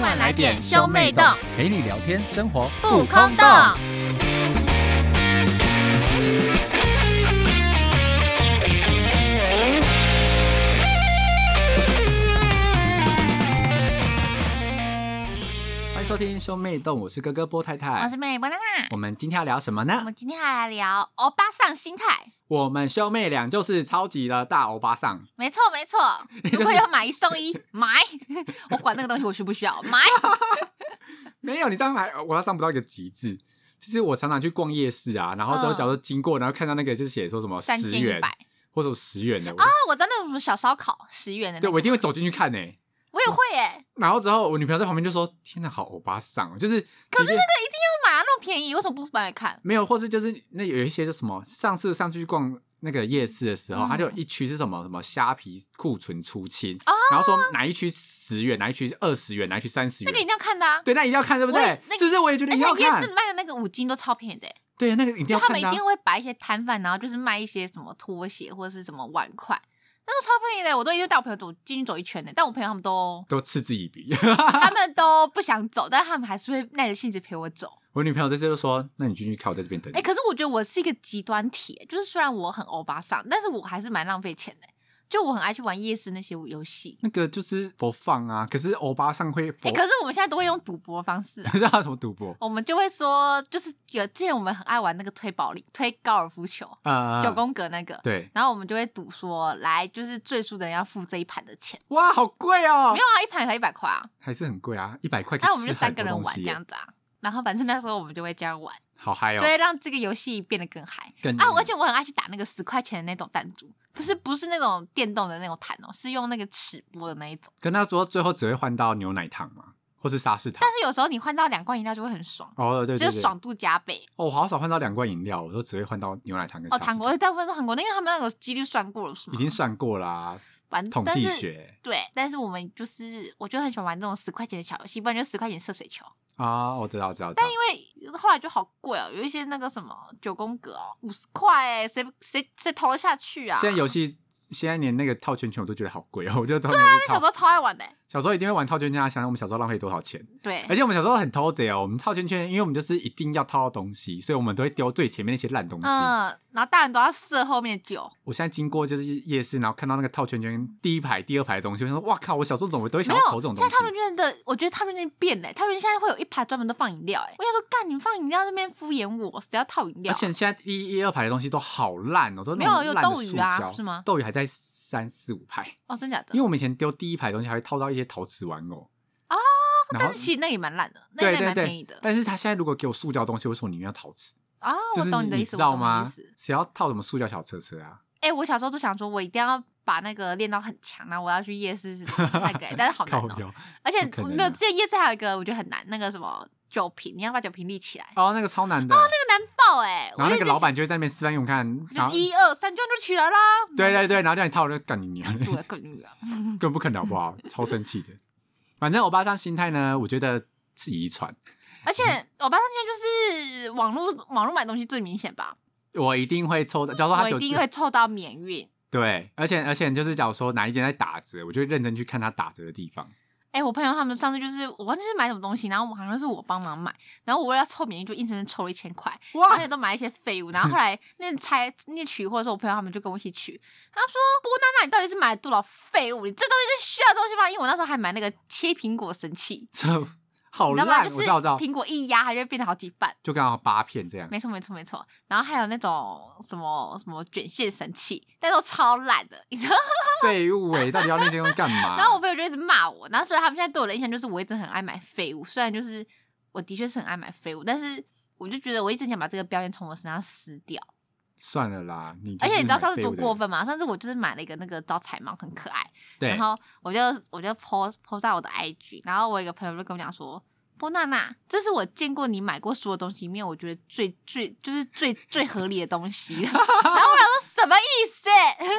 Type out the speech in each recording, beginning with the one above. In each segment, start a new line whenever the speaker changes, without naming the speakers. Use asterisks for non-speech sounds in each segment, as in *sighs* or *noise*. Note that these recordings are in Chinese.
快来点兄妹洞，
陪你聊天，生活
不空洞。
欢迎收听兄妹洞，我是哥哥波太太，
我是妹妹 banana，
我们今天要聊什么
我
呢？
们今天要来聊欧巴上心态。
我们兄妹俩就是超级的大欧巴桑，
没错没错， *laughs* 如果有买一送一，买！ *laughs* 我管那个东西我需不需要，买！
没有你这样还我要上不到一个极致。就是我常常去逛夜市啊，然后之后
嗯
假如经过，然后看到那个就是写说什么
三
十
件一
元
百
或者十元的，我
啊！我知道那种什么小烧烤，十元的、那
对
个
我一定会走进去看呢、欸
我也会耶、
然后之后我女朋友在旁边就说：“天哪，好欧巴桑哦！”就是可是那个
要买啊，那么便宜，为什么不买来看？
没有，或是就是那有一些就什么，上次上次去逛那个夜市的时候，
嗯哦
它就有一区是什么什么虾皮库存出清，然后说哪一区十元，哪一区是二十元，哪一区三十
那
元
个一。定要看的啊！
对，那一定要看，对不
我
对
也？那个
是不是？我也觉得
而
一定要
且夜
看
市。卖的那个五金都超便宜的耶、
对，那个一定
就
要
他
看
们一
的啊、
定会摆一些摊贩，然后就是卖一些什么拖鞋或者是什么碗筷，那个超便宜的，我都一定带我朋友走进去走一圈的，但我朋友他们都
都嗤之以鼻。 *laughs*
他们都不想走，但他们还是会耐着性子陪我走。
我女朋友在这就说：“那你进去看，我在这边等你。
哎、可是我觉得我是一个极端体，就是虽然我很欧巴桑，但是我还是蛮浪费钱的。就我很爱去玩夜市那些游戏，
那个就是播放啊，可是欧巴上会
哎、
播，
可是我们现在都会用赌博方式、啊，
*laughs* 知道什么赌博？
我们就会说，就是有之前我们很爱玩那个推保龄、推高尔夫球、
呃，
九宫格那个，
对，
然后我们就会赌说，来就是最输的人要付这一盘的钱，
哇，好贵哦
没，有啊，一盘才一百块啊，
还是很贵啊，一百块可以
那我们
吃
就三个
很多
人
东
玩
西
这
耶
样子啊。然后反正那时候我们就会这样玩，
好嗨
就
哦，
会让这个游戏变得更嗨。
更
啊！而且我很爱去打那个十块钱的那种弹珠，不是不是那种电动的那种弹哦，是用那个尺拨的那一种。
可那最后最后只会换到牛奶糖嘛，或是沙士糖
但。是有时候你换到两罐饮料就会很爽，
哦，对
就
对对，
是爽度加倍。
哦，我好少换到两罐饮料，我都只会换到牛奶糖跟沙
哦，
士糖。
韩国大部分都韩国，因为他们那个几率算过了是吗？
已经算过啦、
反正
统
但
计
是
学
对，但是我们就是我就很喜欢玩这种十块钱的小游戏，不然就十块钱射水球。
啊，我知道，知道，知道。
因为后来就好贵哦，有一些那个什么九宫格哦，五十块哎，谁谁谁投得下去啊？
现在游戏，现在连那个套圈圈我都觉得好贵哦，我就都没有去
啊小
套
时。候超爱玩的欸，
小时候一定会玩套圈圈啊，想想我们小时候浪费多少钱，
对嗯
而，且我们小时候很偷贼哦。我们套圈圈，因为我们就是一定要套到东西，所以我们都会丢最前面那些烂东西。
嗯，然后大人都要射后面的酒。
我现在经过就是夜市，然后看到那个套圈圈第一排、第二排的东西，我想说哇靠，我小时候怎么都会
没
想要投
有，
这种
现
东
在
西
他？们真的，我觉得他们那变了欸，他们现在会有一排专门都放饮料，哎，我想说，干，你们放饮料那边敷衍我，谁要套饮料
而？且现在一一二排的东西都好烂哦，都是
没
那
有
种
有
烂的
斗鱼
塑
啊
胶
是吗
斗鱼还在三四五排，
哦，真假
因
的
为？我们以前丢第一排的东西还会套到一些陶瓷玩偶
哦，
然
但
后
是其实那也蛮烂的，那
对
那也
对
蛮便宜
对
的，。
但是他现在如果给我塑胶东西，我说你宁愿陶瓷，
啊，
就
我
是
懂你的意
知
思，我
道
懂你的意
吗
思。？
谁要套什么塑胶小车车啊？
哎，我小时候都想说，我一定要把那个练到很强，啊然后我要去夜市那
*laughs*
个欸，但是好难
靠
哦。
腰
而且
不可
我
能
没有，
啊
之前夜市还有一个我觉得很难，那个什么酒瓶，你要把酒瓶立起来，
哦，那个超难的。
那个难爆哎。
然后
我
那
一
个
直
老板就会在那边示范给我们看，然
想
后
就一二三，这样就起来啦。
对对对，然后叫你套，我就干你娘！ *laughs*
对，更那 *laughs* 个。
更不可能好不好？超生气的。反正欧巴桑心态呢，我觉得是遗传。
而且我爸现在就是网络网络买东西最明显吧，
我一定会抽到，假如说他
我
九
一定会凑到免运。
对，而且而且就是假如说哪一间在打折，我就会认真去看他打折的地方。
哎、我朋友他们上次就是我忘记是买什么东西，然后我好像是我帮忙买，然后我为了凑免运就硬生生抽了一千块，而且都买一些废物。然后后
*laughs*
来那拆那取货的时候，我朋友他们就跟我一起取，他说：“波娜娜，你到底是买了多少废物？你这东西是需要的东西吗？”因为我那时候还买那个切苹果神器，
这好
你知道吗？
烂，
就是
我知道，我知道，
苹果一压，它就会变成好几瓣。
就刚好八片这样。
没错，没错，没错。然后还有那种什么什么卷线神器，但都超烂的，你知道吗
废物哎、到底要那些东西干
*laughs*
嘛？
然后我朋友就一直骂我，然后所以他们现在对我的印象就是我一直很爱买废物，虽然就是我的确是很爱买废物，但是我就觉得我一直想把这个标签从我身上撕掉。
算了啦，你就
而
是
且你知道上次
买废
多
物的
过
人？
分吗？上次我就是买了一个那个招财猫，很可爱，
对
然，后我就我就 po po 在我的 IG，然后我有一个朋友就跟我讲说。波娜娜，这是我见过你买过所有东西里面，我觉得最最就是最最合理的东西了。然 *laughs* 后我想说什么意思？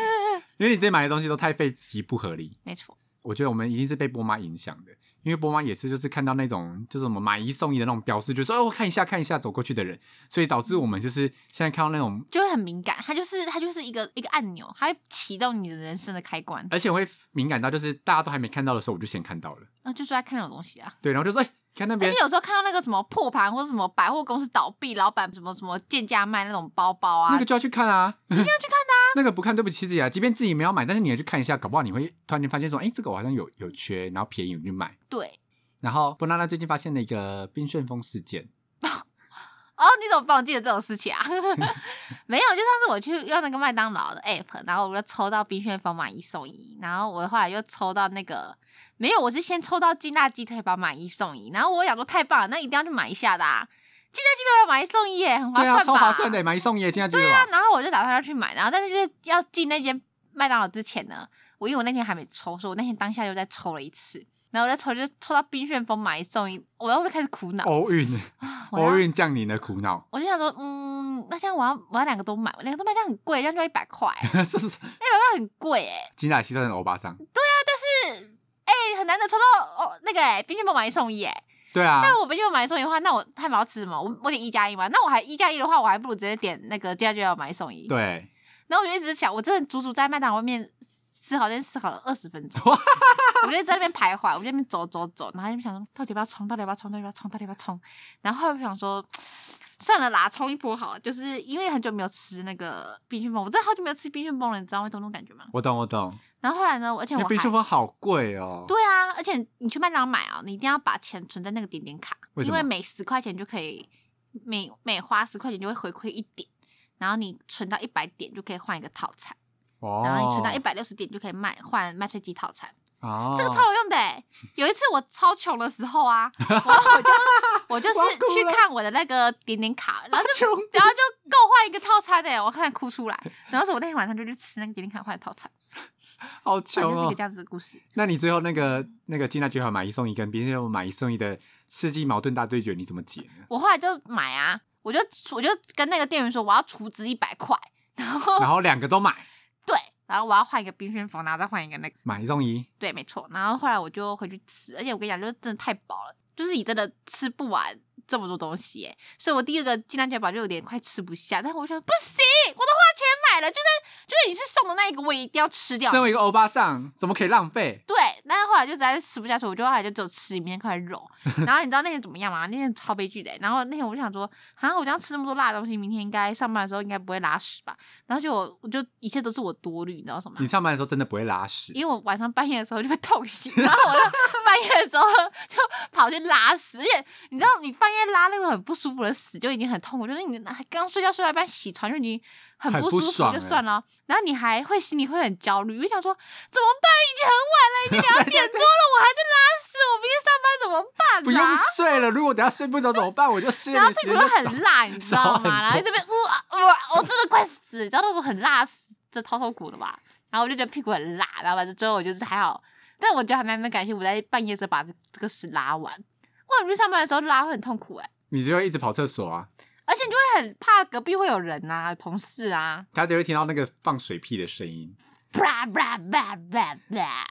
*laughs*
因为你自己买的东西都太费极不合理。
没错，
我觉得我们一定是被波妈影响的，因为波妈也是就是看到那种就是什么买一送一的那种标示，就说哦看一下看一下走过去的人，所以导致我们就是现在看到那种，
就会很敏感，它就是它就是一个一个按钮，它会启动你的人生的开关。
而且我会敏感到就是大家都还没看到的时候，我就先看到了，
那就说在看那种东西啊，
对，然后就说哎、看那
而
边
且，有时候看到那个什么破盘或者什么百货公司倒闭，老板什么什么贱价卖那种包包啊，
那个就要去看啊，
一定要去看的、
*laughs* 那个不看对不起自己啊，即便自己没有买，但是你也去看一下，搞不好你会突然间发现说，哎、这个我好像有有缺，然后便宜我就买。
对，
然后波娜娜最近发现了一个冰旋风事件，
哦，你怎么帮我记得这种事
*laughs*
情啊？ *laughs* 没有，就上次我去用那个麦当劳的 app，然后我就抽到冰旋风买一送一，然后我后来又抽到那个没有，我是先抽到劲辣鸡腿堡买一送一，然后我想说太棒了，那一定要去买一下的、啊，劲辣鸡腿堡买一送一耶，很划
对
算吧？
啊，超划算的，买一送一，现在就有
对啊，然后我就打算要去买，然后但是就是要进那间麦当劳之前呢，我因为我那天还没抽，所以我那天当下又再抽了一次，然后我再抽就抽到冰旋风买一送一，我要会开始苦恼，
欧运，
我要
欧运降临的苦恼， *laughs*
我就想说，嗯，那这样我要我要两个都买，两个都买这样很贵，这样就要一百块，一百
是不是？
块很贵哎、
金乃西算的欧巴桑，
但是哎、很难得抽到哦那个哎、冰旋风买一送一哎、
对啊，
那我冰旋风买一送一的话，那我太毛要吃什么？我我点一加一嘛，那我还一加一的话，我还不如直接点那个加就要买一送一。
对，
然后我就一直想，我真的足足在麦当劳外面思考，真思考了二十分钟
哇。
我就在那边徘徊，我就在那边走走走，然后就想说，到底要不要冲？到底要不要冲？到底要不要冲？到底要不要冲？然后我想说，算了啦，冲一波好了。就是因为很久没有吃那个冰旋风，我真的好久没有吃冰旋风了，你知道吗？懂那种感觉吗？
我懂我懂，
然后后来呢，而且
因
我
为冰
还
旋风好贵哦，
对啊，而且你去麦当劳买啊，你一定要把钱存在那个点点卡，
为什
因
么
为每十块钱就可以每每花十块钱就会回馈一点，然后你存到一百点就可以换一个套餐。
哦，
然后你存到一百六十点就可以卖换麦脆鸡套餐，
哦，
这个超有用的、欸。有一次我超穷的时候
*laughs*
啊，然后我就我就是
我要哭
去
了
看我的那个点点卡，
*laughs*
然后就
穷，
然后就够换一个套餐的、欸，我看哭出来。然后说我那天晚上就去吃那个点点卡换的套餐，
好
反
穷
正就是一
哦
个这。样子的故事。
那你最后那个那个金大集团买一送一跟冰旋风买一送一的世纪矛盾大对决，你怎么解呢？
我后来就买啊，我就我就跟那个店员说我要储值一百块，然后
然后两个都买，
对，然后我要换一个冰旋风，然后再换一个那个。
买一送一，
对，没错。然后后来我就回去吃，而且我跟你讲，就是真的太饱了，就是你真的吃不完这么多东西耶。所以我第二个鸡蛋卷堡就有点快吃不下，但是我想不行，我都花钱买了，就算就是你是送的那一个，我也一定要吃掉。
身为一个欧巴桑，怎么可以浪费？
对，但是后来就实在是吃不下去，我就后来就只有吃里面那块肉。然后你知道那天怎么样吗？那天超悲剧的。欸然后那天我就想说，好像我这样吃那么多辣的东西，明天应该上班的时候应该不会拉屎吧？然后就我我就一切都是我多虑，你知道什么吗
你？上班的时候真的不会拉屎，
因为我晚上半夜的时候就会痛醒，然后我就半夜的时候就跑去拉屎，而且你知道，你半夜拉那个很不舒服的屎就已经很痛苦，就是你刚睡觉睡到一半起床就已经很
很
不
不
舒服
爽
就
欸
算了，然后你还会心里会很焦虑，就想说怎么办？已经很晚了，已经两点多了，我还在拉屎，我明天上班怎么办、啊？
不用睡了。如果等下睡不着怎么办？我就
*laughs*
睡
然后
了，
屁
时
股
间
都
就少
很辣，你知道
手很
吗？然后
痛
这边哇哇，我真的快死，你知道那时候很辣死，这超痛苦的吧？然后我就觉得屁股很辣，然后反正最后我就是还好，但我觉得还蛮蛮感谢我在半夜的时候把这这个屎拉完。我感觉上班的时候拉会很痛苦哎、
你就会一直跑厕所啊。
而且你就会很怕隔壁会有人啊，同事啊，
他就会听到那个放水屁的声音。
啪啪啪啪啪，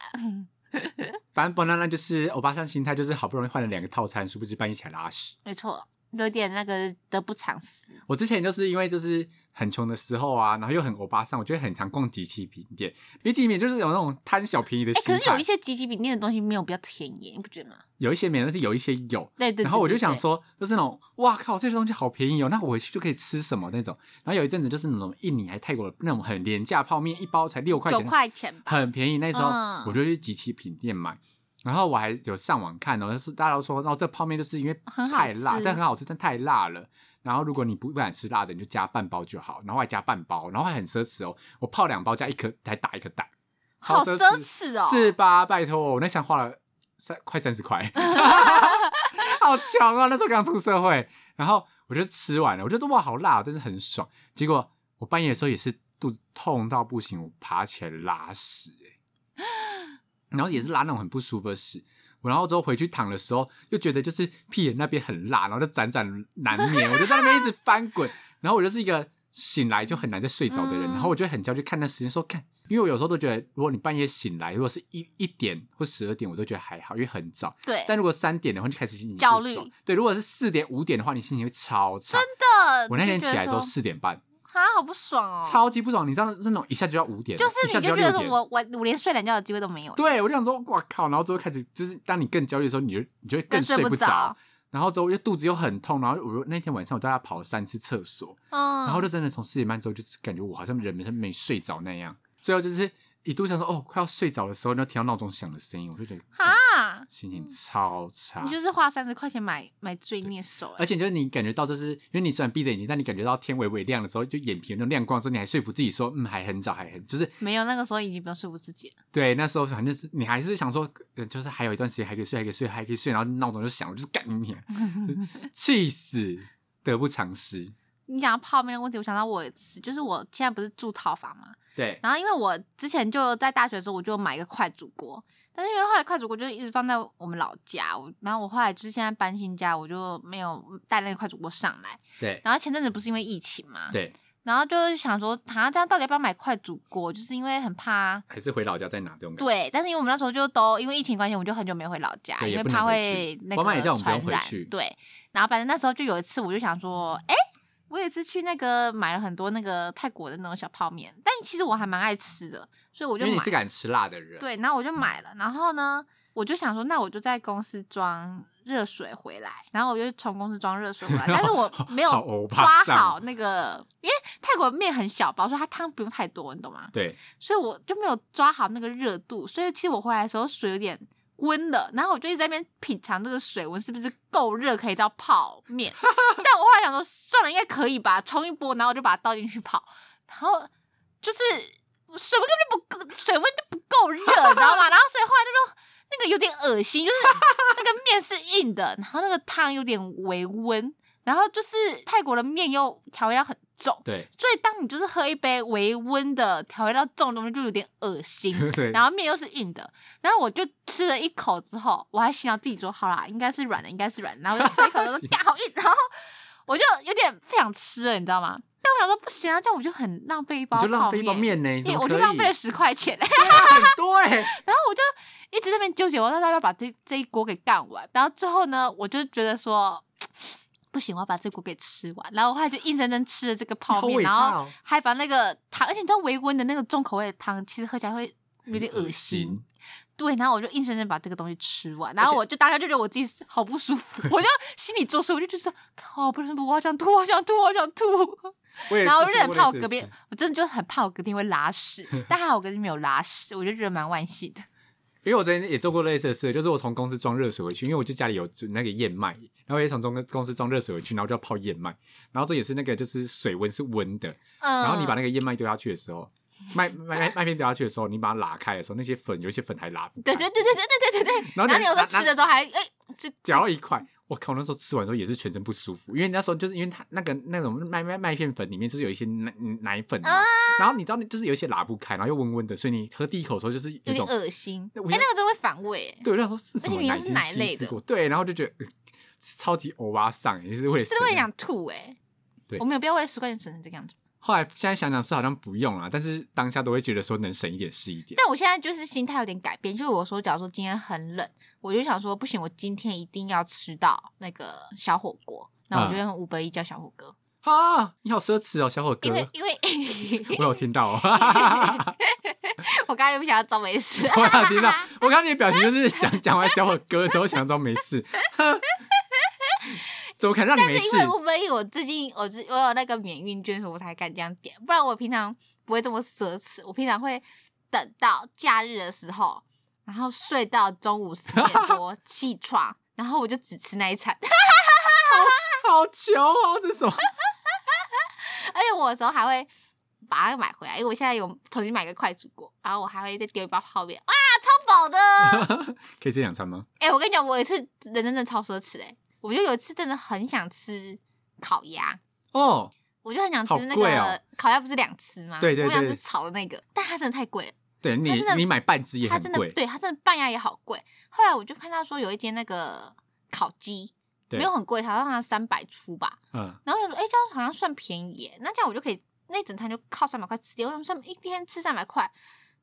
反正 banana 就是欧巴桑心态，就是好不容易换了两个套餐，殊不知半夜起来拉屎。
没错，有点那个得不偿失。
我之前就是因为就是很穷的时候啊，然后又很欧巴桑，我就会很常逛集气品店，因为集气品就是有那种贪小便宜的
哎、
心
可是有
态
一，些极其饼店的东西没有比较便宜，你不觉得吗？
有一些没，但是有一些有。
对对对
然后我就
对
想
对
说，就是那种哇靠，这些东西好便宜哦，那我回去就可以吃什么那种。然后有一阵子就是那种印尼还泰国的那种很廉价泡面，一包才六块
九
钱，
块钱吧，
很便宜。那时候
嗯
我就去集齐品店买，然后我还有上网看哦，就是大家都说，哦，这泡面就是因为
很好
太辣，
吃
但很好吃，但太辣了。然后如果你不不敢吃辣的，你就加半包就好，然后还加半包，然后还很奢侈哦，我泡两包加一颗，还打一颗蛋，
好
超
奢
奢
侈哦
是吧？拜托，我那箱花了三快三十
*laughs*
块，好穷啊！那时候刚出社会，然后我就吃完了，我就说哇好辣，哦但是很爽。结果我半夜的时候也是肚子痛到不行，我爬起来拉屎、欸，
*gasps*
然后也是拉那种很不舒服的屎。我然后之后回去躺的时候，又觉得就是屁眼那边很辣，然后就辗转难眠，我就在那边一直翻滚。然后我就是一个醒来就很难再睡着的人，
嗯 *gasps*
然后我就很焦虑看那时间说，看因为我有时候都觉得，如果你半夜醒来，如果是一一点或十二点，我都觉得还好，因为很早。
对，
但如果三点的话，你就开始心情
焦
不爽
虑。
对，如果是四点五点的话，你心情会超差。
真的，
我那天
你就觉
起
得
来之后
说
四点半，
啊，好不爽哦，
超级不爽。你知道那种一下就要五点，
就是
一下
你
要
觉
六
得
点。
我我我连睡懒觉的机会都没有，
对，我就想说，哇靠！然后之后开始就是，当你更焦虑的时候，你就你就会更
更睡
睡不
不
着
着。
然后之后又肚子又很痛，然后我又那天晚上我大概跑三次厕所，
嗯，
然后就真的从四点半之后就感觉我好像人没没睡着那样。最后就是一度想说，哦，快要睡着的时候，然后听到闹钟响的声音，我就觉得干
啊，
心情超差
你。就是花三十块钱买买罪孽手，哎
而且就是你感觉到，就是因为你虽然闭着眼睛，但你感觉到天微微亮的时候，就眼皮有那种亮光的时候，你还说服自己说，嗯，还很早，还很就是
没有那个时候已经不用说服自己了，
对，那时候反正是你还是想说，呃就是还有一段时间还可以睡，还可以睡，还可以睡，然后闹钟就响，我就是干
*laughs*
你啊，气死，得不偿失。
你讲到泡面的问题，我想到我有一次，就是我现在不是住套房嘛，
对，
*laughs* 然后因为我之前就在大学的时候，我就买一个快煮锅，但是因为后来快煮锅就一直放在我们老家，我然后我后来就是现在搬新家，我就没有带那个快煮锅上来。
对，
然后前阵子不是因为疫情嘛，
对，
然后就是想说，他、这样到底要不要买快煮锅？就是因为很怕。
还是回老家再拿这种感觉。
对，但是因为我们那时候就都因为疫情关系，我们就很久没回老家，
对也
因为
不能
怕
回
会
去
那
我
个
妈也叫我们不
传
用
染
回去。
对，然后反正那时候就有一次，我就想说，哎、我有一次去那个买了很多那个泰国的那种小泡面，但其实我还蛮爱吃的，所以我就
因为你
买
是。敢吃辣的人。，
对，然后我就买了，然后呢，我就想说，那我就在公司装热水回来，然后我就从公司装热水回来，但是
*laughs*
我没
好
有
欧巴
抓
桑
好那个，因为泰国面很小包，所以它汤不用太多，你懂吗？
对，
所以我就没有抓好那个热度，所以其实我回来的时候水有点温的，然后我就一直在那边品尝这个水温是不是够热，可以到泡面。但我后来想说，算了，应该可以吧，冲一波，然后我就把它倒进去泡，然后就是水温根本就不够，水温就不够热，你知道吗？然后所以后来就说那个有点恶心，就是那个面是硬的，然后那个汤有点微温，然后就是泰国的面又调味料很重。
对，。
所以当你就是喝一杯微温的调味料重的东西，就有点恶心
*laughs*
*laughs*
对，
然后面又是硬的，然后我就吃了一口之后，我还心想自己说好啦，应该是软的，应该是软的。然后我就吃一口，我说干好硬，然后我就有点不想吃了，你知道吗？但我想说不行啊，这样我就很浪费一包泡
你就
面，
浪费一包面呢，你
因
怎
为
么
我
可
就
以？
浪费了十块钱。
*laughs* 对啊很多哎，
然后我就一直在那边纠结，我到底要不要把这这一锅给干完。然后最后呢，我就觉得说不行，我要把这锅给吃完。然后我后来就硬生生吃了这个 *laughs* 泡
好
面，
伟
然
大
后
哦
还把那个汤，而且你知道维温的那个重口味的汤，其实喝起来会有
嗯
点恶心。。对，然后我就硬生生把这个东西吃完，然
而
后
且
我就当下就觉得我自己是好不舒服，我就心里作祟，我就觉得说好不舒服，我好想吐，我好想吐，我好想吐。
我也
然后我
做
就很
过
怕我
类似
隔
的
壁
事，
我真的就很怕我隔天会拉
*laughs*
屎，但还好我隔天没有拉屎，我就觉得蛮惋惜的。
因为我之前也做过类似的事，就是我从公司装热水回去，因为我就家里有煮那个燕麦，然后我也从中公司装热水回去，然后就要泡燕麦，然后这也是那个就是水温是温的，
嗯，
然后你把那个燕麦丢下去的时候，麦麦麦麦片丢下去的时候，你把它拉开的时候，那些粉有一些粉还拉不
嗯对对
开，
对对对对对对对。
然后
然后你
你
有时候吃的时候还哎，这
嚼到一块。我靠！那时候吃完之后也是全身不舒服，因为那时候就是因为它那个那种麦麦麦片粉里面就是有一些奶奶粉嘛，
啊
然后你知道就是有一些拉不开，然后又温温的，所以你喝第一口的时候就是有
有
一
点
种
恶心，哎，那
那我
个真的会反胃，
对，我就想说是什
而且
么
你又
奶
是
精
奶
稀
类
释
的
过，对，然后就觉得、呃超级欧巴桑，欸也是为了
真的会
省
想吐哎。
对
我没有必要为了十块钱省成这个样子。
后来现在想想是好像不用啦，但是当下都会觉得说能省一点是一点。
但我现在就是心态有点改变，就是我说，假如说今天很冷，我就想说不行，我今天一定要吃到那个小火锅，那我
嗯
就用五百一叫小火锅，
啊，你好奢侈哦，小火哥
因，为因为
我有听到、哦，
*laughs* 我刚刚又不想要装没事，
*laughs* 我有听到，
*laughs*
我看你的表情就是想讲完小火哥之后想装没事， *laughs* 怎么可能让你没
是
事
因为？五百一，我最近我最我有那个免运券，所以我才敢这样点，不然我平常不会这么奢侈，我平常会等到假日的时候，然后睡到中午十点多 *laughs* 起床，然后我就只吃那一餐，
好穷哦，这是什么？ *laughs*
而且我有时候还会把它买回来，因为我现在有重新买个快煮锅，然后我还会再丢一包泡面，哇，超饱的！ *laughs*
可以这两餐吗？
哎、我跟你讲，我有一次人真的超奢侈哎、我就有一次真的很想吃烤鸭，
哦，
我就很想
好
吃那
贵
个、
哦
烤鸭，不是两吃吗？
对对
我想
对
吃炒的那个，但它真的太贵了，
对你
它真的
你买半只也
它
很
真的
贵，
对它真的半鸭也好贵。后来我就看到说有一间那个烤鸡
对
没有很贵，好像它三百出吧，
嗯，
然后我想说，哎、这样好像算便宜耶，那这样我就可以。那整餐就靠三百块吃掉。我想说一天吃三百块，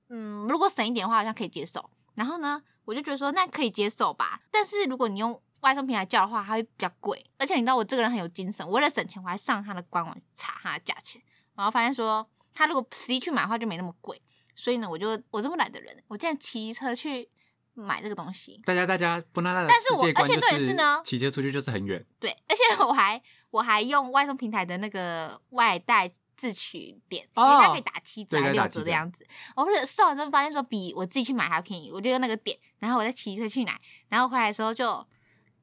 嗯，如果省一点的话，好像可以接受。然后呢，我就觉得说那可以接受吧。但是如果你用外送平台叫的话，它会比较贵。而且你知道我这个人很有精神，我为了省钱，我还上它的官网查它的价钱，然后发现说它如果实际去买的话就没那么贵。所以呢，我就我这么懒的人，我竟然骑车去买这个东西。
大家大家不那那的
但是
世
我
界观
而且
就
重点是呢
骑车出去就是很远，
对，而且我还我还用外送平台的那个外带自取点，因为它可以打七折、
哦
啊
对可以打
六
七
折
折
这样子。我是算完之后发现说比我自己去买还要便宜，我就用那个点，然后我再骑车去买，然后回来的时候就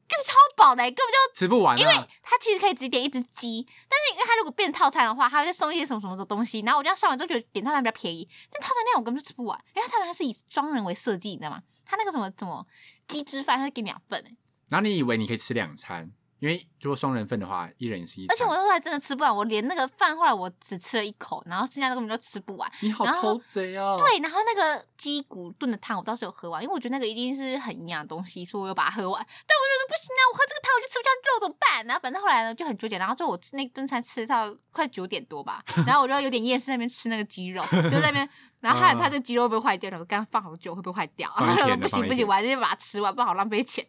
更超饱的、欸根本就。
吃不完、啊。
因为它其实可以只点一只鸡，但是因为它如果变成套餐的话，它会再送一些什么什么的东西。然后我这样算完之后觉得点套餐比较便宜，但套餐量我根本就吃不完，因为它套餐它是以双人为设计，你知道吗？它那个什么什么鸡汁饭，它会给你两份、欸，
然后你以为你可以吃两餐，因为如果双人份的话，一人是一餐。
而且我那时候还真的吃不完，我连那个饭后来我只吃了一口，然后剩下的根本就吃不完。
你好
然后
偷贼哦！，
对，然后那个鸡骨炖的汤我倒是有喝完，因为我觉得那个一定是很营养的东西，所以我又把它喝完。但我就说不行啊，我喝这个汤我就吃不下肉怎么办？然后反正后来呢就很纠结，然后最后我吃那顿餐吃到快九点多吧，然后我就有点厌世在那边吃那个鸡肉，就在那边，然后害怕这鸡肉会不会坏掉，然后刚放好久会不会坏掉？
嗯放一
然后
天
我
了
*laughs* 不
放
行
一
不行，
天
我还是把它吃完，不然好浪费钱，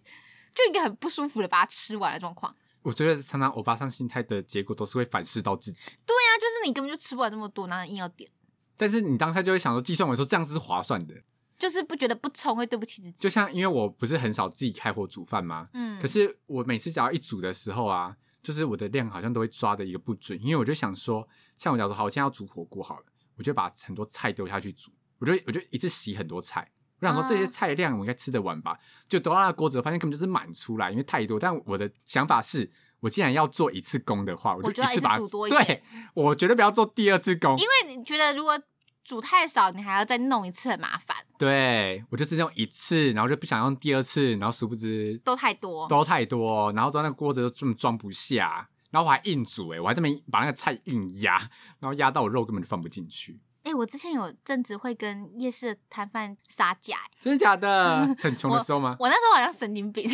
就一个很不舒服的把它吃完的状况。
我觉得常常欧巴桑心态的结果都是会反噬到自己。
对啊，就是你根本就吃不完这么多，然后你硬要点。
但是你当下就会想说，计算完说这样是划算的。
就是不觉得不冲会对不起自己。
就像因为我不是很少自己开火煮饭吗？
嗯，
可是我每次只要一煮的时候啊，就是我的量好像都会抓的一个不准，因为我就想说，像我假如说好，我现在要煮火锅好了，我就把很多菜丢下去煮，我就我就一次洗很多菜。我想说
啊
这些菜量我应该吃得完吧，就丢到那个锅子，发现根本就是满出来，因为太多。但我的想法是，我既然要做一次工的话，
我
我
就
就
要一
次
次
把它
煮多一
对
点，
我绝对不要做第二次工
因。为你觉得如果煮太少，你还要再弄一次很麻烦，
对我就是用一次，然后就不想用第二次，然后殊不知
都太多。
都太多，然后之后那个锅子都这么装不下，然后我还硬煮、欸，我还这么把那个菜硬压，然后压到我肉根本就放不进去，
哎、我之前有阵子会跟夜市的摊贩杀价、欸
真的
*laughs*
假的？很穷的时候吗？
我那时候好像神经 *laughs* 病，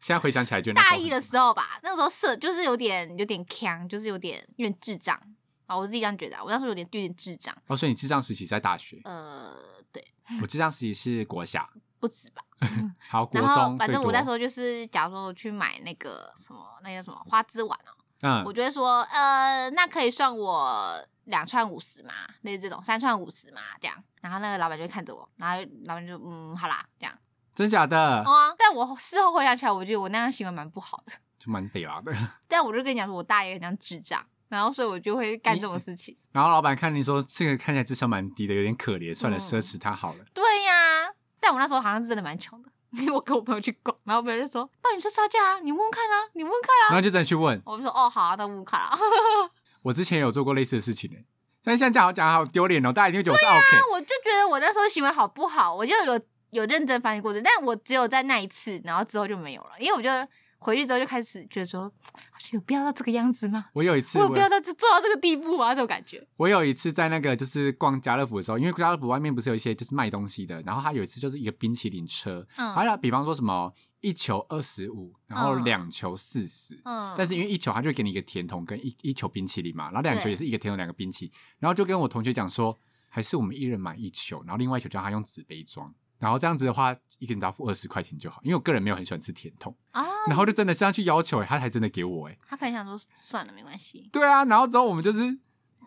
现在回想起来觉得那时候
大
很
一的时候吧，那时候社就是有点有点强，就是有点有点智障啊，我自己这样觉得啊、我那时候有点有点智障，
哦，所以你智障时期是在大学，
呃，对，
我智障时期是国小，
不止吧。
好国
然后
中
反
最
正我
多，
那时候就是，假如说我去买那个什么，那叫什么花枝丸哦、我
嗯，
就会说，呃，那可以算我两串五十嘛，类似这种三串五十嘛，这样。然后那个老板就会看着我，然后老板就嗯，好啦，这样。
真假的
哦、啊，但我事后回想起来，我觉得我那样行为蛮不好的。 *laughs*
就蛮北啊的。 *laughs*
但我就跟你讲说，我大爷很像智障，然后所以我就会干这种事情。
然后老板看你说这个看起来智商蛮低的，有点可怜，算了，
嗯
奢侈它好了。
对呀、但我那时候好像是真的蛮穷的，因为我跟我朋友去逛，然后朋友就说，那你说杀价啊，你问问看啊，你问问看啊。
然后就真的去问，
我就说哦，好啊，那问问看啊。
我之前有做过类似的事情呢、欸，但是现在讲好讲好丢脸哦，大家一定会觉得我是 OK。
那我就觉得我那时候行为好不好，我就有有认真反省过这，但我只有在那一次，然后之后就没有了，因为我就回去之后就开始觉得说，好像有必要到这个样子吗？
我有一次
我有
我
必要到这做到这个地步啊？这种感觉，
我有一次在那个就是逛家乐福的时候，因为家乐福外面不是有一些就是卖东西的，然后他有一次就是一个冰淇淋车，
嗯
好、像比方说什么一球二十五，然后
嗯
两球四十、
嗯
但是因为一球他就会给你一个甜筒跟一一球冰淇淋嘛，然后两球
对
也是一个甜筒两个冰淇淋，然后就跟我同学讲说，还是我们一人买一球，然后另外一球叫他用纸杯装，然后这样子的话，一个人只要付二十块钱就好，因为我个人没有很喜欢吃甜筒，
啊，
然后就真的这样去要求、欸，他还真的给我哎、欸
他可能想说算了，没关系。
对啊，然后之后我们就是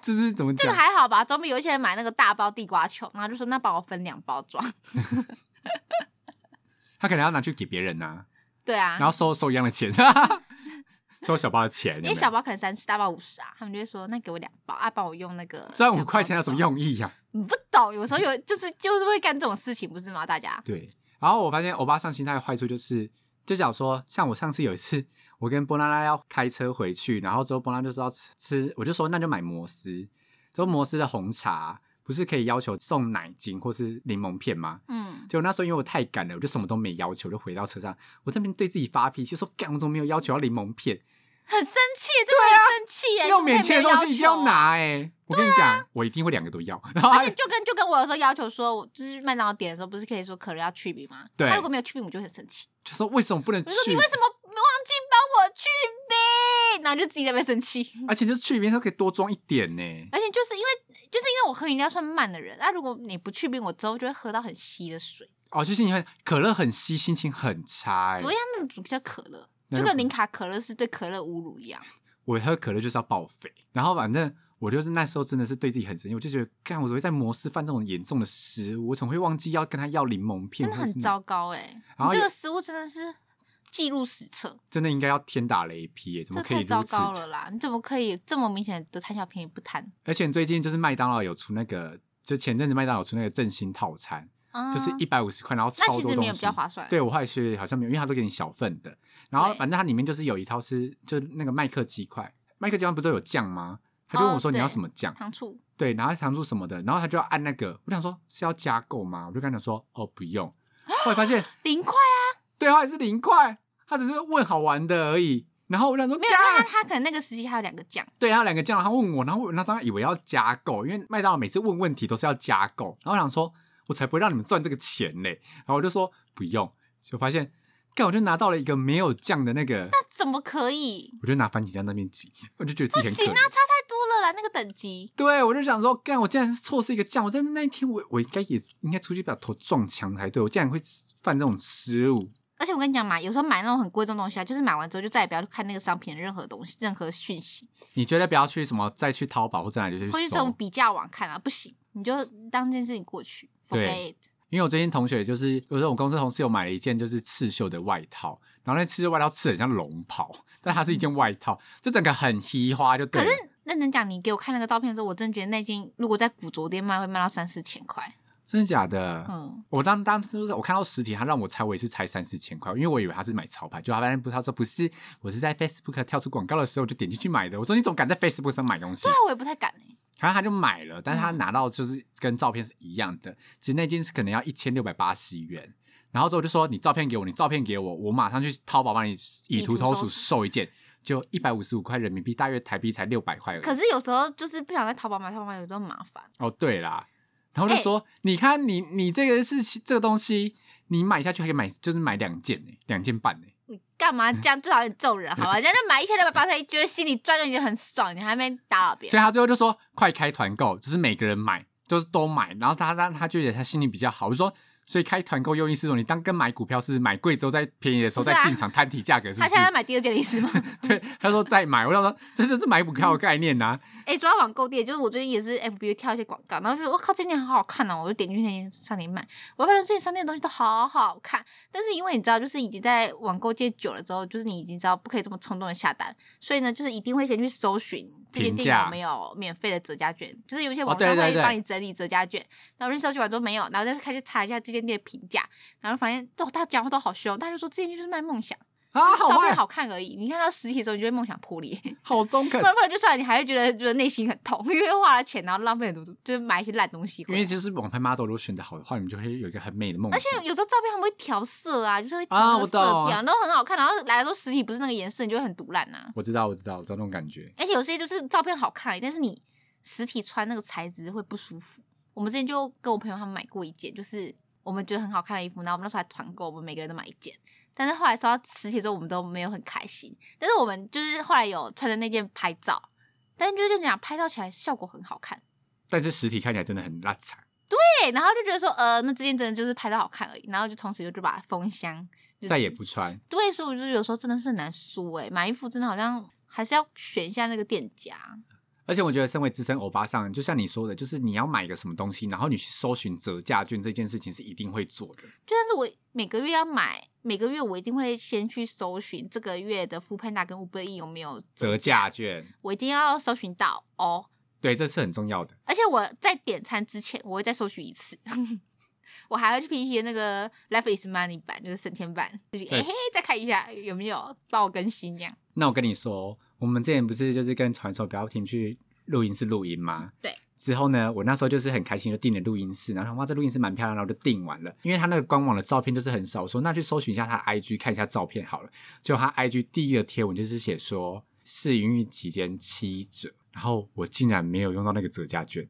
就是怎么
这
讲
个，还好吧，总比有一些人买那个大包地瓜球，然后就说那帮我分两包装。
他可能要拿去给别人呐、
对啊，
然后收收一样
*laughs*
的钱，收小包的钱，有
因
没
为
有
小包可能三十，大包五十啊，他们就会说那给我两包啊，帮我用那个
赚五块钱有什么
两包
用意
地
啊呀、
瓜？你不懂，有时候有就是就是会干这种事情，不是吗？大家
对，然后我发现欧巴上心态的坏处就是，就假如说像我上次有一次，我跟波拉拉要开车回去，然后之后波拉就说要吃吃，我就说那就买摩斯，之后摩斯的红茶不是可以要求送奶精或是柠檬片吗？
嗯，
结果那时候因为我太赶了，我就什么都没要求，就回到车上，我这边对自己发脾气，说干我怎么没有要求要柠檬片？
很生气，真的很生气耶！
要
怎么可以
啊免签
没
的
有
东西一定
要
要
求，啊
拿哎、我跟你讲，我一定会两个都要。然后
而
他
且就跟就跟我有时候要求说，我就是麦当劳点的时候，不是可以说可乐要去冰吗？
对嗯
他如果没有去冰，我就会很生气。
就说为什么不能
我就说
去
你为？什么忘记帮我去冰？然后就自己在那边生气。
而且就是去里面都可以多装一点呢。
而且就是因为就是因为我喝饮料算慢的人，那、如果你不去冰，我之后就会喝到很稀的水。
哦，就是你看可乐很稀，心情很差哎
对。呀，那种叫可乐，
那
就
就
跟零卡可乐是对可乐侮辱一样。
我喝可乐就是要报废，然后反正我就是那时候真的是对自己很生气，我就觉得，干我怎么会在摩斯犯这种严重的失误？我怎么会忘记要跟他要柠檬
真
片？
的
或者
很
是那
糟，糕哎、
然后
你这个
也
失误真的是记录史册，
真的应该要天打雷劈耶！怎
这
么可以
太糟
如此？
糕了啦！你怎么可以这么明显的贪小便宜不贪？
而且最近就是麦当劳有出那个，就前阵子麦当劳有出那个振兴套餐，
嗯
就是一百五十块，然后超
那其
多
实没有比
东西
较。划算。
对，我后来去好像没有，因为它都给你小份的。然后
对
反正它里面就是有一套是就是那个麦克鸡块，麦克鸡块不都有酱吗？他就问我
哦
说你要
对
什么酱？
糖醋
对，然后糖醋什么的，然后他就要按那个，我想说是要加购吗？我就跟他讲说哦不用，后来
*gasps*
发现
零块
对话也是零块，他只是问好玩的而已。然后我就想说
没有，那
干，
他可能那个时期还有两个酱，
对，还有两个酱，他问我，然后我那时候以为要加购，因为麦当劳每次问问题都是要加购，然后我想说我才不会让你们赚这个钱嘞，然后我就说不用，就发现干我就拿到了
*laughs*
一个没有酱的那个，
怎么可以？
我就拿番茄酱在那边挤，我就觉得
不
自己很
行
可
啊，
怜。
差太多了啦，那个等级。
对，我就想说，干，我竟然是错失一个酱，我在那一天我我应该也应该出去把头撞墙才对，我竟然会犯这种失误。
而且我跟你讲嘛，有时候买那种很贵重的东西啊，就是买完之后就再也不要去看那个商品的任何东西、任何讯息，
你觉得不要去什么再去淘宝或者哪里去
或是这种
搜？
比价网看啊，不行，你就当这件事情过去
对
，forget it。
因为我最近同学就是，我说我公司同事有买了一件就是刺绣的外套，然后那刺绣外套刺得很像龙袍，但它是一件外套，就整个很稀花就对了。
认真讲，你给我看那个照片的时候，我真的觉得那件如果在古着店卖，会卖到三四千块。
真的假的？
嗯，
我当当就是我看到实体，他让我猜，我也是猜三四千块，因为我以为他是买潮牌，就他发现不，他说不是，我是在 Facebook 跳出广告的时候就点进去买的。我说你怎么敢在 Facebook 上买东西
虽？然我也不太敢欸
然后他就买了，但是他
嗯
拿到就是跟照片是一样的，其实那件是可能要一千六百八十元。然后之后就说你照片给我，你照片给我，我马上去淘宝帮你以图
以
搜
图搜
图售一件，就一百五十五块人民币，大约台币才六百块而已。
可是有时候就是不想在淘宝买，淘宝买有时候很麻烦。
哦，对啦，然后就说、你看你你这个是这个东西，你买下去还可以买，就是买两件呢、两件半呢、欸
你干嘛这样？最好你揍人好吧？人家就买一千六百八十一，觉得心里赚就已经很爽，你还没打扰别
所
人。
以他最后就说快开团购，就是每个人买，就是都买。然后他他他就觉得他心里比较好，我就说。所以开团购用意是说，你当跟买股票是买贵之后，在便宜的时候
不是啊
再进场摊提价格，是不
他
是
现？在买第二件的意思吗？
*laughs* 对，他说再买，我就说这就是买股票的概念呐、
哎、说到网购店，就是我最近也是 FB 会跳一些广告，然后就觉得我靠，这件很好看呢、啊我就点进去那间商店买。我发现这间商店的东西都好好看，但是因为你知道，就是已经在网购界久了之后，就是你已经知道不可以这么冲动的下单，所以呢，就是一定会先去搜寻这间
评
店
价
有没有免费的折价券，就是有一些
哦
网
对
站
对
会
对
帮你整理折价券，然后就搜寻完之后没有，然后再开始查一下这间店的评价，然后发现哦，大家讲话都好凶，大家就说这间店就是卖梦想，
啊，好
照片
坏，
嗯好看而已，你看到实体的时候，你就会梦想破裂。
好中肯
不。然不然就算了，你还会觉得就是内心很痛，因为花了钱，然后浪费很多，就是买一些烂东西回
因
来。
为其实网拍 model 如果选的好的话，你们就会有一个很美的梦
而
想。
且有时候照片他们会调色啊，就是会调
啊
那个
我
色
懂
调，然后很好看，然后来的时候实体不是那个颜色，你就会很毒烂呐、
我知道，我知道，我知道那种感觉。
而且有些就是照片好看，但是你实体穿那个材质会不舒服。我们之前就跟我朋友他们买过一件，就是我们觉得很好看的衣服，然后我们那时候还团购，我们每个人都买一件。但是后来收到实体之后，我们都没有很开心。但是我们就是后来有穿着那件拍照，但是就是讲拍照起来效果很好看。
但是实体看起来真的很拉惨。
对，然后就觉得说，呃，那这件真的就是拍到好看而已，然后就从此就就把它封箱，就是
再也不穿。
对，所以我就有时候真的是很难说哎、买衣服真的好像还是要选一下那个店家，
而且我觉得，身为资深欧巴桑，就像你说的，就是你要买一个什么东西，然后你去搜寻折价券这件事情是一定会做的。
就算是我每个月要买，每个月我一定会先去搜寻这个月的 f o o Panda 跟 Uber E 有没有
折价券，
我一定要搜寻到哦，
对，这是很重要的。
而且我在点餐之前我会再搜寻一次。 *laughs* 我还会去 P T 那个 Life is Money 版，就是省钱版，就是哎、
对
嘿，再看一下有没有帮我更新这样。
那我跟你说，哦我们之前不是就是跟传说不要停去录音室录音
嗯
吗？
对。
之后呢，我那时候就是很开心，就订了录音室，然后想哇，这录音室蛮漂亮的，然后就订完了。因为他那个官网的照片就是很少，我说那去搜寻一下他 IG 看一下照片好了。就他 IG 第一个贴文就是写说试营运期间七折，然后我竟然没有用到那个折价
哦
欸
欸
券，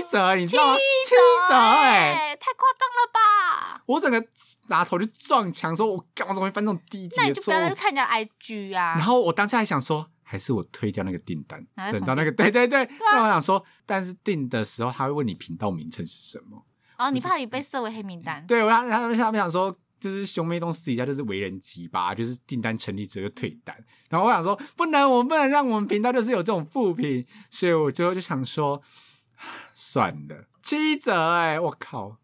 七折，你知道吗？七折哎、
哎、太夸张了吧！
我整个拿头就撞墙，说我干嘛怎么会翻这种低级
那你
的
就不
错
要再去
误？
看人家的 IG 啊
然。后我当下还想说，还是我推掉那个订单，
拿来
等
重啊
到那个对
*laughs*
对对。那我想说，但是订的时候他会问你频道名称是什么。
哦，你怕你被设为黑名单？
对，我他他们他们想说，就是兄妹洞私底下就是为人鸡巴，就是订单成立之后就退单。然后我想说，不能，我们不能让我们频道就是有这种负评，所以我最后就想说， *sighs* 算了，七折哎、我靠，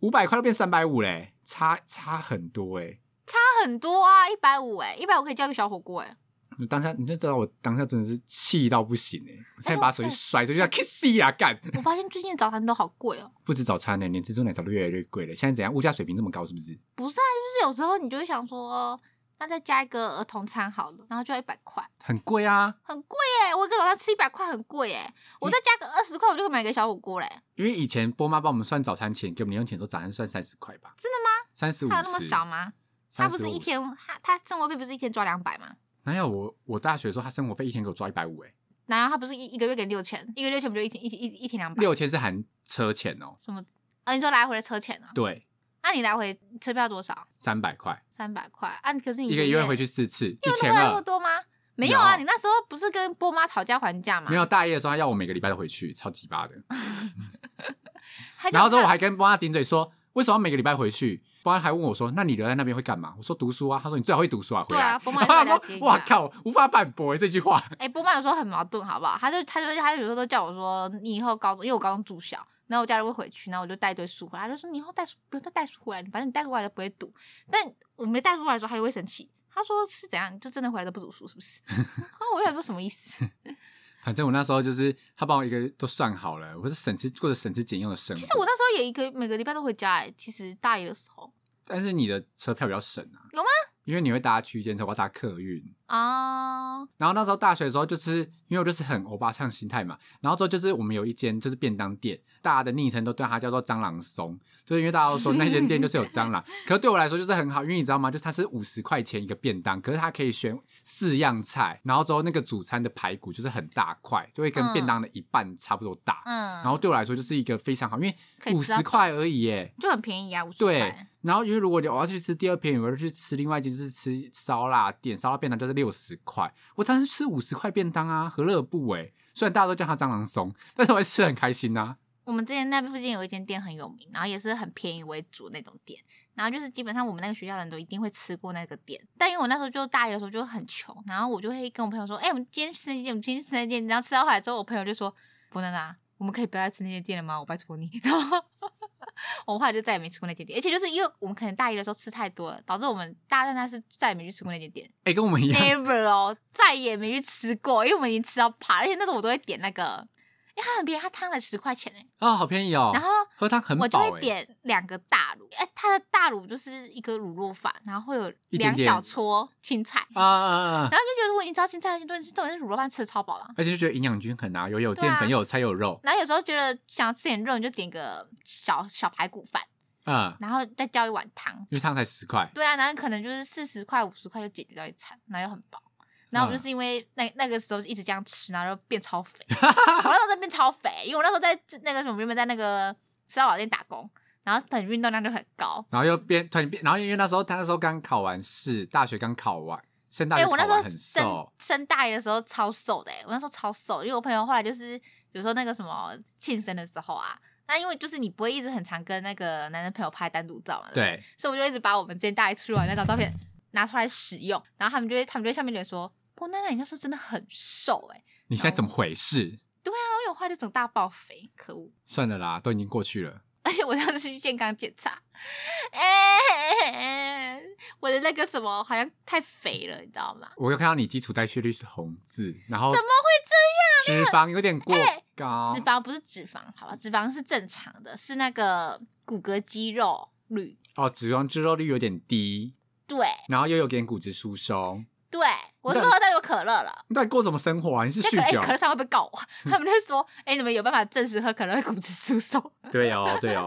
五百块都变三百五嘞，差差很多哎、
他很多啊，一百五哎，一百五可以叫一个小火锅哎、
我当下你就知道我当下真的是气到不行哎、我差点
我
把手机甩出去，像 kiss 呀干！ *laughs*
我发现最近的早餐都好贵哦、
不止早餐呢、连珍珠奶茶都越来越贵了。现在怎样？物价水平这么高是不是？
不是啊，就是有时候你就会想说，那再加一个儿童餐好了，然后就要一百块，
很贵啊，
很贵哎、我一个早餐吃一百块很贵哎、我再加个二十块，我就可以买个小火锅嘞、
因为以前波妈帮我们算早餐钱，给我们零用钱的时候，早餐算三十块吧？真的吗？三十五
他有那么少？吗？他不是一天
30？，
他他生活费不是一天抓两百吗？
哪有我？我大学的时候，他生活费一天给我抓一百五，哎，
然后他不是一一个月给六千，一个月六千不就一天一一一天两百？
六千是含车钱哦、
什么？啊，你说来回的车钱啊？
对，
那、你来回车票多少？
三百块，
三百块啊？可是你
一个月回去四次，一
有那
千
么来那么
二。
多吗？没有啊，
有
你那时候不是跟波妈讨价还价吗？
没有，大一的时候，他要我每个礼拜都回去，超级巴的。
他就怕，
然后之后我还跟波妈顶嘴说，为什么要每个礼拜回去？波妈还问我说，那你留在那边会干嘛？我说读书啊。他说你最好会读书啊，回
对
来。
啊，波妈
然
就
后他
在
说
接：“你
哇
啊！
靠，无法反驳欸这句话。
哎、波妈有时候很矛盾，好不好？他就他就他有时候都叫我说，你以后高中，因为我高中住校，然后我家人会回去，然后我就带一堆书回来，他就说你以后带书不用再带书回来，你反正你带书回来都不会读。但我没带书回来的时候，他就会生气，他说是怎样，你就真的回来都不读书是不 *laughs* 是？然后我就想说什么意
*laughs*
思？
反正我那时候就是他帮我一个都算好了，我是省吃过着省吃俭用的生活。
其实我那时候也一个每个礼拜都回家、哎，其实大一的时候
但是你的车票比较省啊，
有吗？
因为你会搭区间车，我要搭客运。
啊、
然后那时候大学的时候，就是因为我就是很欧巴桑心态嘛，然后之后就是我们有一间就是便当店，大家的昵称都对它叫做蟑螂松，就是因为大家都说那间店就是有蟑
*laughs*
螂。可是对我来说就是很好，因为你知道吗？就是它是五十块钱一个便当，可是它可以选四样菜，然后之后那个主餐的排骨就是很大块，就会跟
嗯
便当的一半差不多大。
嗯，
然后对我来说就是一个非常好，因为
可以
五
吃到
十块而已耶，
就很便宜啊，五十
对
块。，
然后因为如果我要去吃第二便宜，我要去吃另外一间，就是吃烧腊店，烧腊便当就是六十块，我当时吃五十块便当啊，何乐而不为？虽然大家都叫它蟑螂松，但是我还吃得很开心呐、
我们之前那附近有一间店很有名，然后也是很便宜为主那种店，然后就是基本上我们那个学校的人都一定会吃过那个店。但因为我那时候就大一的时候就很穷，然后我就会跟我朋友说：“哎、我们今天去吃那间，我们今天去吃那间。”然后吃到后来之后，我朋友就说：“不能啊，我们可以不要再吃那间店了吗？我拜托你。” *laughs* 然后我后来就再也没吃过那间店，而且就是因为我们可能大一的时候吃太多了，导致我们大二那是再也没去吃过那间店
哎、跟我们一样，
，never 哦，再也没去吃过，因为我们已经吃到怕，而且那时候我都会点那个，因为它很便宜，它汤才十块钱哎、
哦，好便宜哦。
然后
喝汤很
我就
饱
会
哎、
点两个大卤，哎、它的大卤就是一个卤肉饭，然后会有
一点
两
点
小撮青菜，
啊啊啊！啊
然后就觉得我已经知道青菜的东西，重点是卤肉饭吃的超饱了。
而且就觉得营养均衡啊，有有
对啊
淀粉，又有菜，又有肉，
然后有时候觉得想要吃点肉，你就点个小小排骨饭，
嗯，
然后再浇一碗汤。
因为汤才十块，
对啊，然后可能就是四十块、五十块就解决掉一餐，然后又很饱。然后
嗯
我就是因为那那个时候一直这样吃，然后就变超
*laughs*
肥。我那时候在变超肥，因为我那时候在那个什么，原本在那个吃到饱店打工，然后等运动量就很高，
然后又变突然变，然后因为那时候他那时候刚考完试，大学刚考完，升大
哎、
学
我那
考
时候
完很
升
瘦，
升大一的时候超瘦的、欸，我那时候超瘦，因为我朋友后来就是有时候那个什么庆生的时候啊，那因为就是你不会一直很常跟那个男生朋友拍单独照嘛，不，
对，
所以我就一直把我们之前大一出去玩那张照片拿出来使用，然后他们就会他们就会下面留言说，波娜娜你那时候真的很瘦哎、欸，
你现在怎么回事？
然后因为我后来就整大爆肥，可恶。 *laughs*
算了啦，都已经过去了。
而且我上次去健康检查，哎、我的那个什么好像太肥了，你知道吗？
我又看到你基础代谢率是红字，然后
怎
么会这样？脂肪有点过
哎
高
脂，肪不是脂肪，好吧，脂肪是正常的，是那个骨骼肌肉率。
哦，脂肪肌肉率有点低，
对
然后又有点骨质疏松。
对，我是不是喝太多可乐了。
你到底过什么生活啊？你是
那个
酗
哎、
酒？
可乐商会不会告我？ *laughs* 他们就说，哎、你们有办法证实喝可乐会骨质疏松？
对哦，对哦。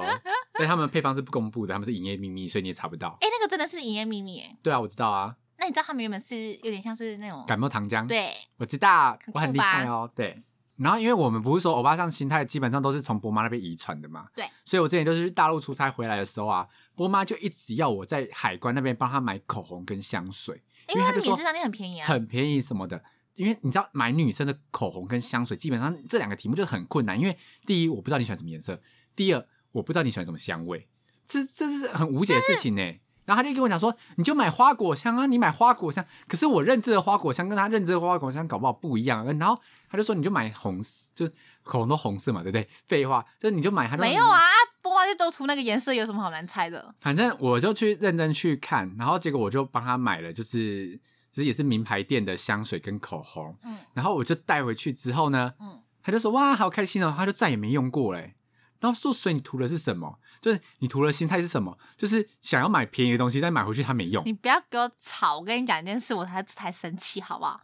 但他们配方是不公布的，他们是营业秘密，所以你也查不到。
哎、那个真的是营业秘密哎。
对啊，我知道啊，
那你知道他们原本是有点像是那种
感冒糖浆，
对
我知道，
酷
我很厉害哦。对，然后因为我们不是说欧巴桑心态基本上都是从波妈那边遗传的嘛，
对，
所以我之前就是去大陆出差回来的时候啊，波妈就一直要我在海关那边帮她买口红跟香水，
因
因
为
为
它
他
的
就
免
说
税商店很便宜啊，
很便宜什么的。因为你知道买女生的口红跟香水，基本上这两个题目就是很困难，因为第一我不知道你喜欢什么颜色，第二我不知道你喜欢什么香味，这这是很无解的事情呢、然后他就跟我讲说，你就买花果香啊，你买花果香。可是我认知的花果香跟他认知的花果香搞不好不一样。啊然后他就说，你就买红色，就口红都红色嘛，对不对？废话，就是你就买。他就说
没有啊，，波妈就都出那个颜色，有什么好难猜的？
反正我就去认真去看，然后结果我就帮他买了，就是就是也是名牌店的香水跟口红，
嗯
然后我就带回去之后呢，
嗯，
他就说哇好开心哦，他就再也没用过嘞。然后说所以你图的是什么？就是你图的心态是什么？就是想要买便宜的东西，但买回去它没用。
你不要给我吵，我跟你讲一件事，我才才生气，好不好？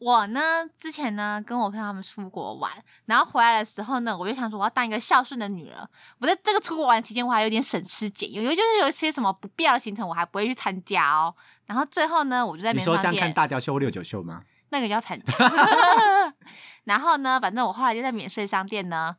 我呢，之前呢，跟我朋友他们出国玩，然后回来的时候呢，我就想说我要当一个孝顺的女人。我在这个出国玩期间，我还有点省吃俭用，有就是有一些什么不必要的行程，我还不会去参加哦。然后最后呢，我就在
你
免
说
税
像
商
看
店，
大雕秀或六九秀吗？
那个叫参
*laughs*
加。然后呢，反正我后来就在免税商店呢，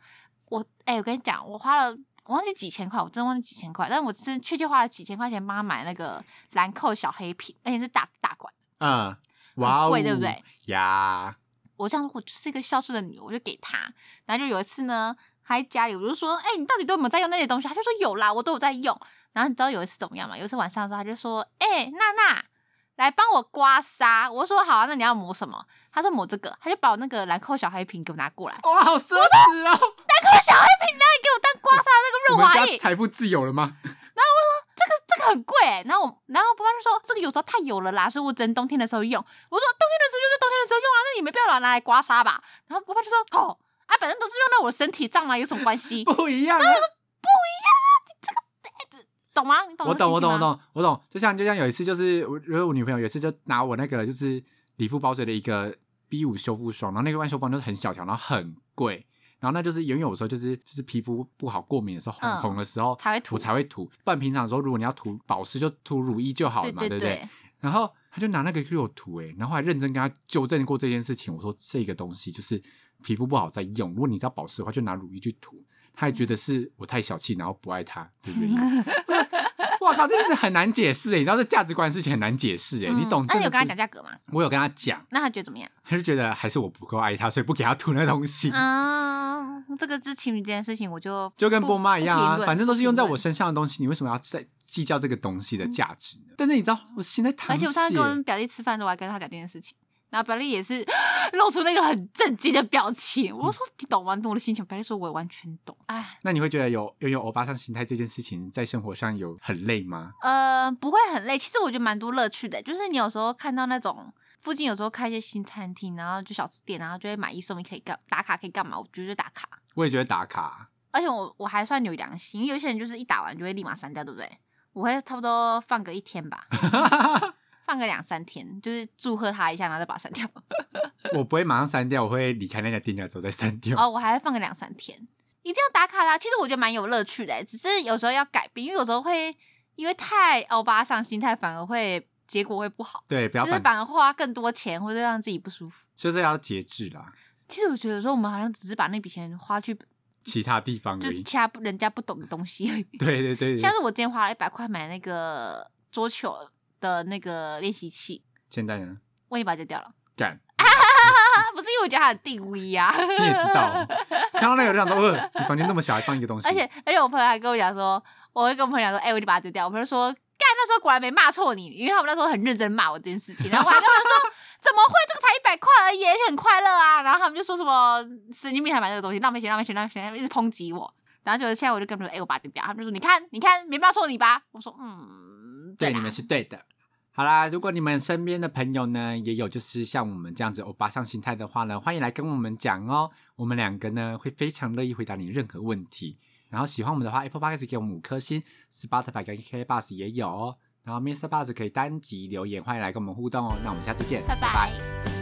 我哎、我跟你讲，我花了。我忘记几千块，我真忘记几千块，但我是确切花了几千块钱帮他买那个兰蔻小黑瓶，而且是大大罐。
嗯，哇、哦，
贵对不对？
呀，
我这样我就是一个孝顺的女，我就给她。然后就有一次呢，她在家里，我就说：“哎、你到底都有没有在用那些东西？”她就说：“有啦，我都有在用。”然后你知道有一次怎么样吗？有一次晚上的时候，她就说：“哎、娜娜，来帮我刮痧。”我说：“好啊，那你要抹什么？”她说：“抹这个。”她就把我那个兰蔻小黑瓶给我拿过来，
哇，好奢侈啊！
兰蔻小黑瓶拿来给我当刮痧的那
我
个润
们
滑
家
液，
财富自由了吗？
这个这个很贵、然后我，然后爸爸就说这个有时候太油了啦，所以我只能冬天的时候用。我说冬天的时候用就冬天的时候用啊，那你没必要拿来刮痧吧？然后爸爸就说哦，啊，反正都是用到我的身体上嘛，有什么关系？ *laughs* 哎
不一样啊！
懂吗？你懂
我懂，我
这
懂，
个心情吗。
我懂，我懂。就像就像有一次，就是我，因为我女朋友有一次就拿我那个就是理肤保水的一个 B 五修复霜，然后那个万修复霜就是很小条，然后很贵，然后那就是因为有时候就是就是皮肤不好过敏的时候，
嗯
红红的时候
才会涂
涂才会涂，不然平常的时候如果你要涂保湿就涂乳液就好了
对
嘛，
对
不对？然后他就拿那个给我涂，诶，欸然后还认真跟他纠正过这件事情。我说这个东西就是皮肤不好再用，如果你知道保湿的话，就拿乳液去涂。他还觉得是我太小气，然后不爱他，对不对？
*laughs*
哇靠，这件事很难解释诶，欸你知道这价值观的事情很难解释诶，欸
嗯
你懂？
那
真
你
的
有跟他
不
讲价格吗？
我有跟他讲，
那他觉得
*laughs*
怎么样？
他就觉得还是我不够爱他，所以不给他涂那东西。
嗯，这个就是情侣这件事情，我就
就跟
不
波妈一样啊
不评，论
反正都是用在
不
我
评
身上的东西，你为什么要在计较这个东西的价值呢？但是你知道，我现在
论。
淌
而
血
且
欸
我上次跟我表弟吃饭的时候，我还跟他讲这件事情，然后表弟也是 *gasps* 露出那个很震惊的表情。我说你懂吗？你懂我的心情？表弟说我也完全懂。哎，
那你会觉得有拥有欧巴桑心态这件事情，在生活上有很累吗？
呃，不会很累。其实我觉得蛮多乐趣的，就是你有时候看到那种附近有时候开一些新餐厅，然后就小吃店，然后就会买一送一，可以干打卡可以干嘛？我觉得就打卡。
我也觉得打卡， *laughs*
而且我我还算有良心，因为有些人就是一打完就会立马删掉，对不对？我会差不多放个一天吧， *laughs* 放个两三天，就是祝贺他一下，然后再把它删掉。
我不会马上删掉，我会离开那家店家之后再删掉。
哦，我还会放个两三天，一定要打卡啦。其实我觉得蛮有乐趣的欸，只是有时候要改变，因为有时候会因为太欧巴上心态，反而会结果会不好。
对，不要
就是
反，
反而花更多钱，或者让自己不舒服。
就是要节制啦。
其实我觉得说，我们好像只是把那笔钱花去
其他地方
就
而
其
已。
他不人家不懂的东西而已。
*laughs* 对对对，
像
对
是我今天花了一百块买那个桌球的那个练习器，
现在呢，
我也把它丢掉了。 *laughs*
干
啊，不是因为我觉得它很定位啊，
你也知
*laughs*
道，看到那个就想说，呃，你房间那么小，还放一个东西，
而且而且我朋友还跟我讲说，我会跟我朋友讲说，哎、我就把它丢掉。我朋友说，干，那时候果然没骂错你，因为他们那时候很认真骂我这件事情。然后我还跟他们
*laughs*
说，怎么会？这个才一百块而已，而且很快乐啊。然后他们就说什么神经病才买这个东西，浪费钱，浪费钱，浪费钱，他们一直抨击我。然后就现在我就跟他们说，哎、我把它丢掉。他们就说，你看，你看，没骂错你吧？我说，嗯，
对
啦
你们是对的。好啦，如果你们身边的朋友呢，也有就是像我们这样子欧巴上心态的话呢，欢迎来跟我们讲哦。我们两个呢会非常乐意回答你任何问题。然后喜欢我们的话，Apple Podcast 给我们五颗星，Spotify 跟 k b u s 也有哦。然后 Mr. Buzz 可以单集留言，欢迎来跟我们互动哦。那我们下次见，
拜拜